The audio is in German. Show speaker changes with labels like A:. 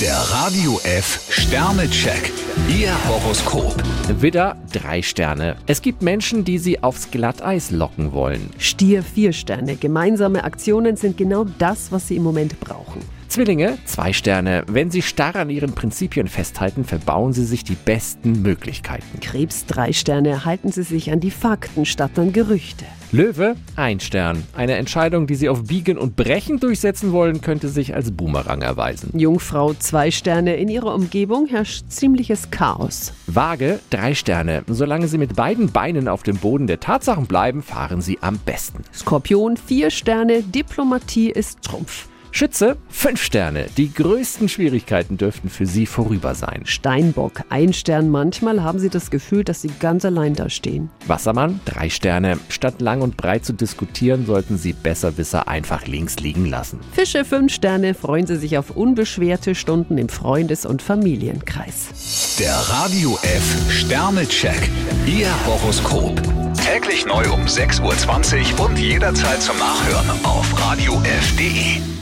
A: Der Radio F Sternecheck. Ihr Horoskop.
B: Widder, drei Sterne. Es gibt Menschen, die sie aufs Glatteis locken wollen.
C: Stier vier Sterne. Gemeinsame Aktionen sind genau das, was Sie im Moment brauchen.
B: Zwillinge, zwei Sterne. Wenn sie starr an ihren Prinzipien festhalten, verbauen sie sich die besten Möglichkeiten.
C: Krebs drei Sterne. Halten Sie sich an die Fakten statt an Gerüchte.
B: Löwe, ein Stern. Eine Entscheidung, die sie auf Biegen und Brechen durchsetzen wollen, könnte sich als Boomerang erweisen.
C: Jungfrau zwei Sterne. In Ihrer Umgebung herrscht ziemliches Chaos.
B: Waage, drei Sterne. Solange sie mit beiden Beinen auf dem Boden der Tatsachen bleiben, fahren sie am besten.
C: Skorpion vier Sterne. Diplomatie ist Trumpf.
B: Schütze, fünf Sterne. Die größten Schwierigkeiten dürften für sie vorüber sein.
C: Steinbock ein Stern. Manchmal haben Sie das Gefühl, dass Sie ganz allein dastehen.
B: Wassermann, drei Sterne. Statt lang und breit zu diskutieren, sollten Sie Besserwisser einfach links liegen lassen.
C: Fische fünf Sterne. Freuen Sie sich auf unbeschwerte Stunden im Freundes- und Familienkreis.
A: Der Radio F Sternecheck. Ihr Horoskop. Täglich neu um 6.20 Uhr und jederzeit zum Nachhören auf Radio radiof.de.